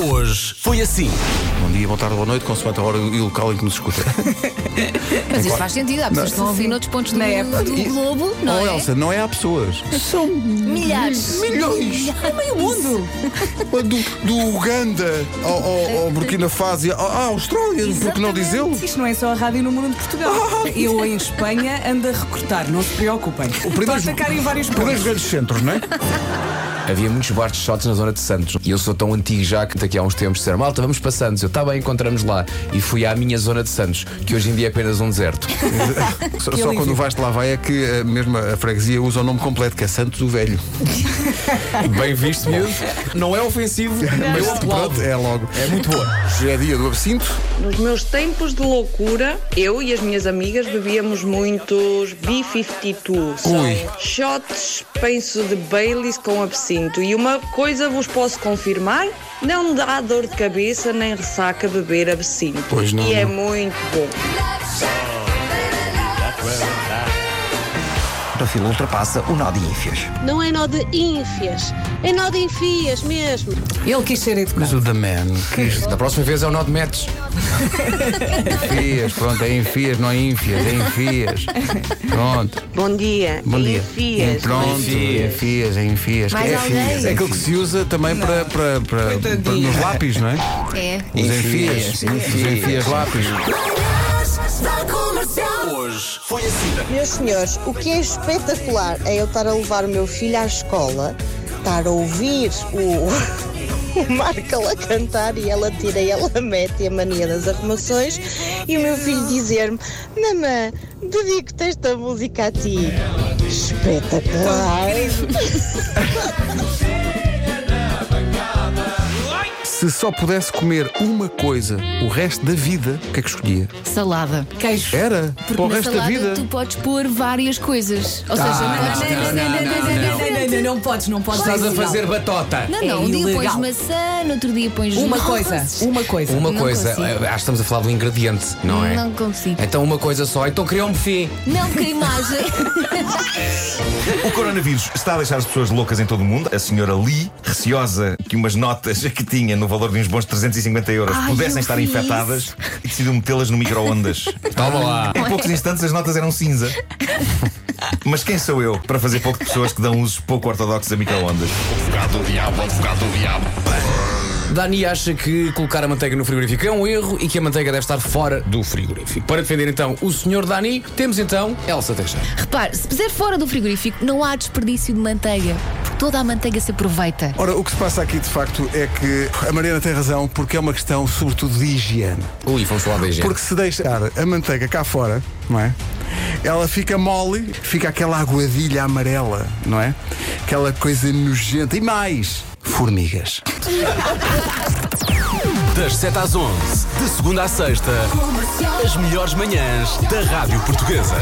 Hoje foi assim. Bom dia, boa tarde, boa noite, consoante a hora e o local em que nos escuta. Mas isso faz sentido, há pessoas que estão a ouvir noutros pontos do, do globo, não oh, é? Elsa, não é há pessoas. São Milhares. milhões. É meio mundo. Do, do Uganda ao, ao- ao Burkina Faso, e à à Austrália, por que não dizê-lo? Isto não é só a Rádio Número 1 de Portugal. Eu em Espanha ando a recrutar, não se preocupem. Estou a sacar em vários primeiros pontos. grandes centros, não é? Havia muitos bares de shots na zona de Santos. E eu sou tão antigo já que daqui a uns tempos disseram: Malta, vamos para Santos. Eu, tá bem, encontramos lá. E fui à minha zona de Santos, que hoje em dia é apenas um deserto. Só, só quando vais de lá vai é que eh, mesmo a freguesia usa o nome completo, que é Santos o Velho. bem visto, miúdo. Não é ofensivo, mas eu aplaudo. Pronto, é logo. É muito boa. Hoje é dia do absinto. Nos meus tempos de loucura, eu e as minhas amigas bebíamos muitos B52. São Ui. shots, penso, de Baileys com absinto. E uma coisa vos posso confirmar, não dá dor de cabeça nem ressaca beber absinto. Pois não, E é não. muito bom. O fila ultrapassa o nó de ínfios. Não é nó de ínfias, é nó de infias mesmo. Ele quis ser educado. O The Man. Da próxima vez é o Nó de Metros. Enfias, pronto, é enfias, não é ínfias, é enfias. Pronto. Bom dia. Bom dia. Então, Enfias. Pronto, Enfias. enfias, enfias. Mais é alguém? enfias. É aquilo que se usa também para, para, para, para- nos lápis, não é? É. Os enfias. Os enfias lápis. Meus senhores, o que é espetacular é eu estar a levar o meu filho à escola, estar a ouvir o, o Marco a cantar e ela tira e ela mete a mania das arrumações e o meu filho dizer-me: Mamã, dedico-te esta música a ti. Espetacular! Se só pudesse comer uma coisa o resto da vida, o que é que escolhia? Salada. Queijo. Era? Porque para o na resto da salada vida. tu podes pôr várias coisas. Ou seja, Ah, Não, não, não, não, não, não podes, não podes. Estás a dizer fazer batota. não, não, É um dia pões ilegal. maçã, no outro dia pões Uma nozes. coisa, uma coisa. Uma Não coisa, consigo. eh, acho que estamos a falar do ingrediente, não é? Não consigo. Então uma coisa só, então criou um buffet. Não, que imagem. O coronavírus está a deixar as pessoas loucas em todo o mundo. A senhora Lee, receosa que umas notas que tinha no valor de uns bons 350 euros Ai, eu pudessem estar vi infectadas, isso. decidiu metê-las no micro-ondas. Toma lá. em poucos instantes as notas eram cinza. Mas quem sou eu para fazer pouco de pessoas que dão usos pouco ortodoxos a micro-ondas? Dani acha que colocar a manteiga no frigorífico é um erro e que a manteiga deve estar fora do frigorífico. Para defender então o senhor Dani, temos então Elsa Teixeira. Repare, se puser fora do frigorífico, não há desperdício de manteiga. Porque toda a manteiga se aproveita. Ora, o que se passa aqui de facto é que a Mariana tem razão porque é uma questão sobretudo de higiene. Ui, vamos falar da higiene. Porque se deixar a manteiga cá fora, não é? Ela fica mole, fica aquela aguadilha amarela, não é? Aquela coisa nojenta. E mais, formigas. Das 7 às 11, de segunda à sexta, as melhores manhãs da Rádio Portuguesa.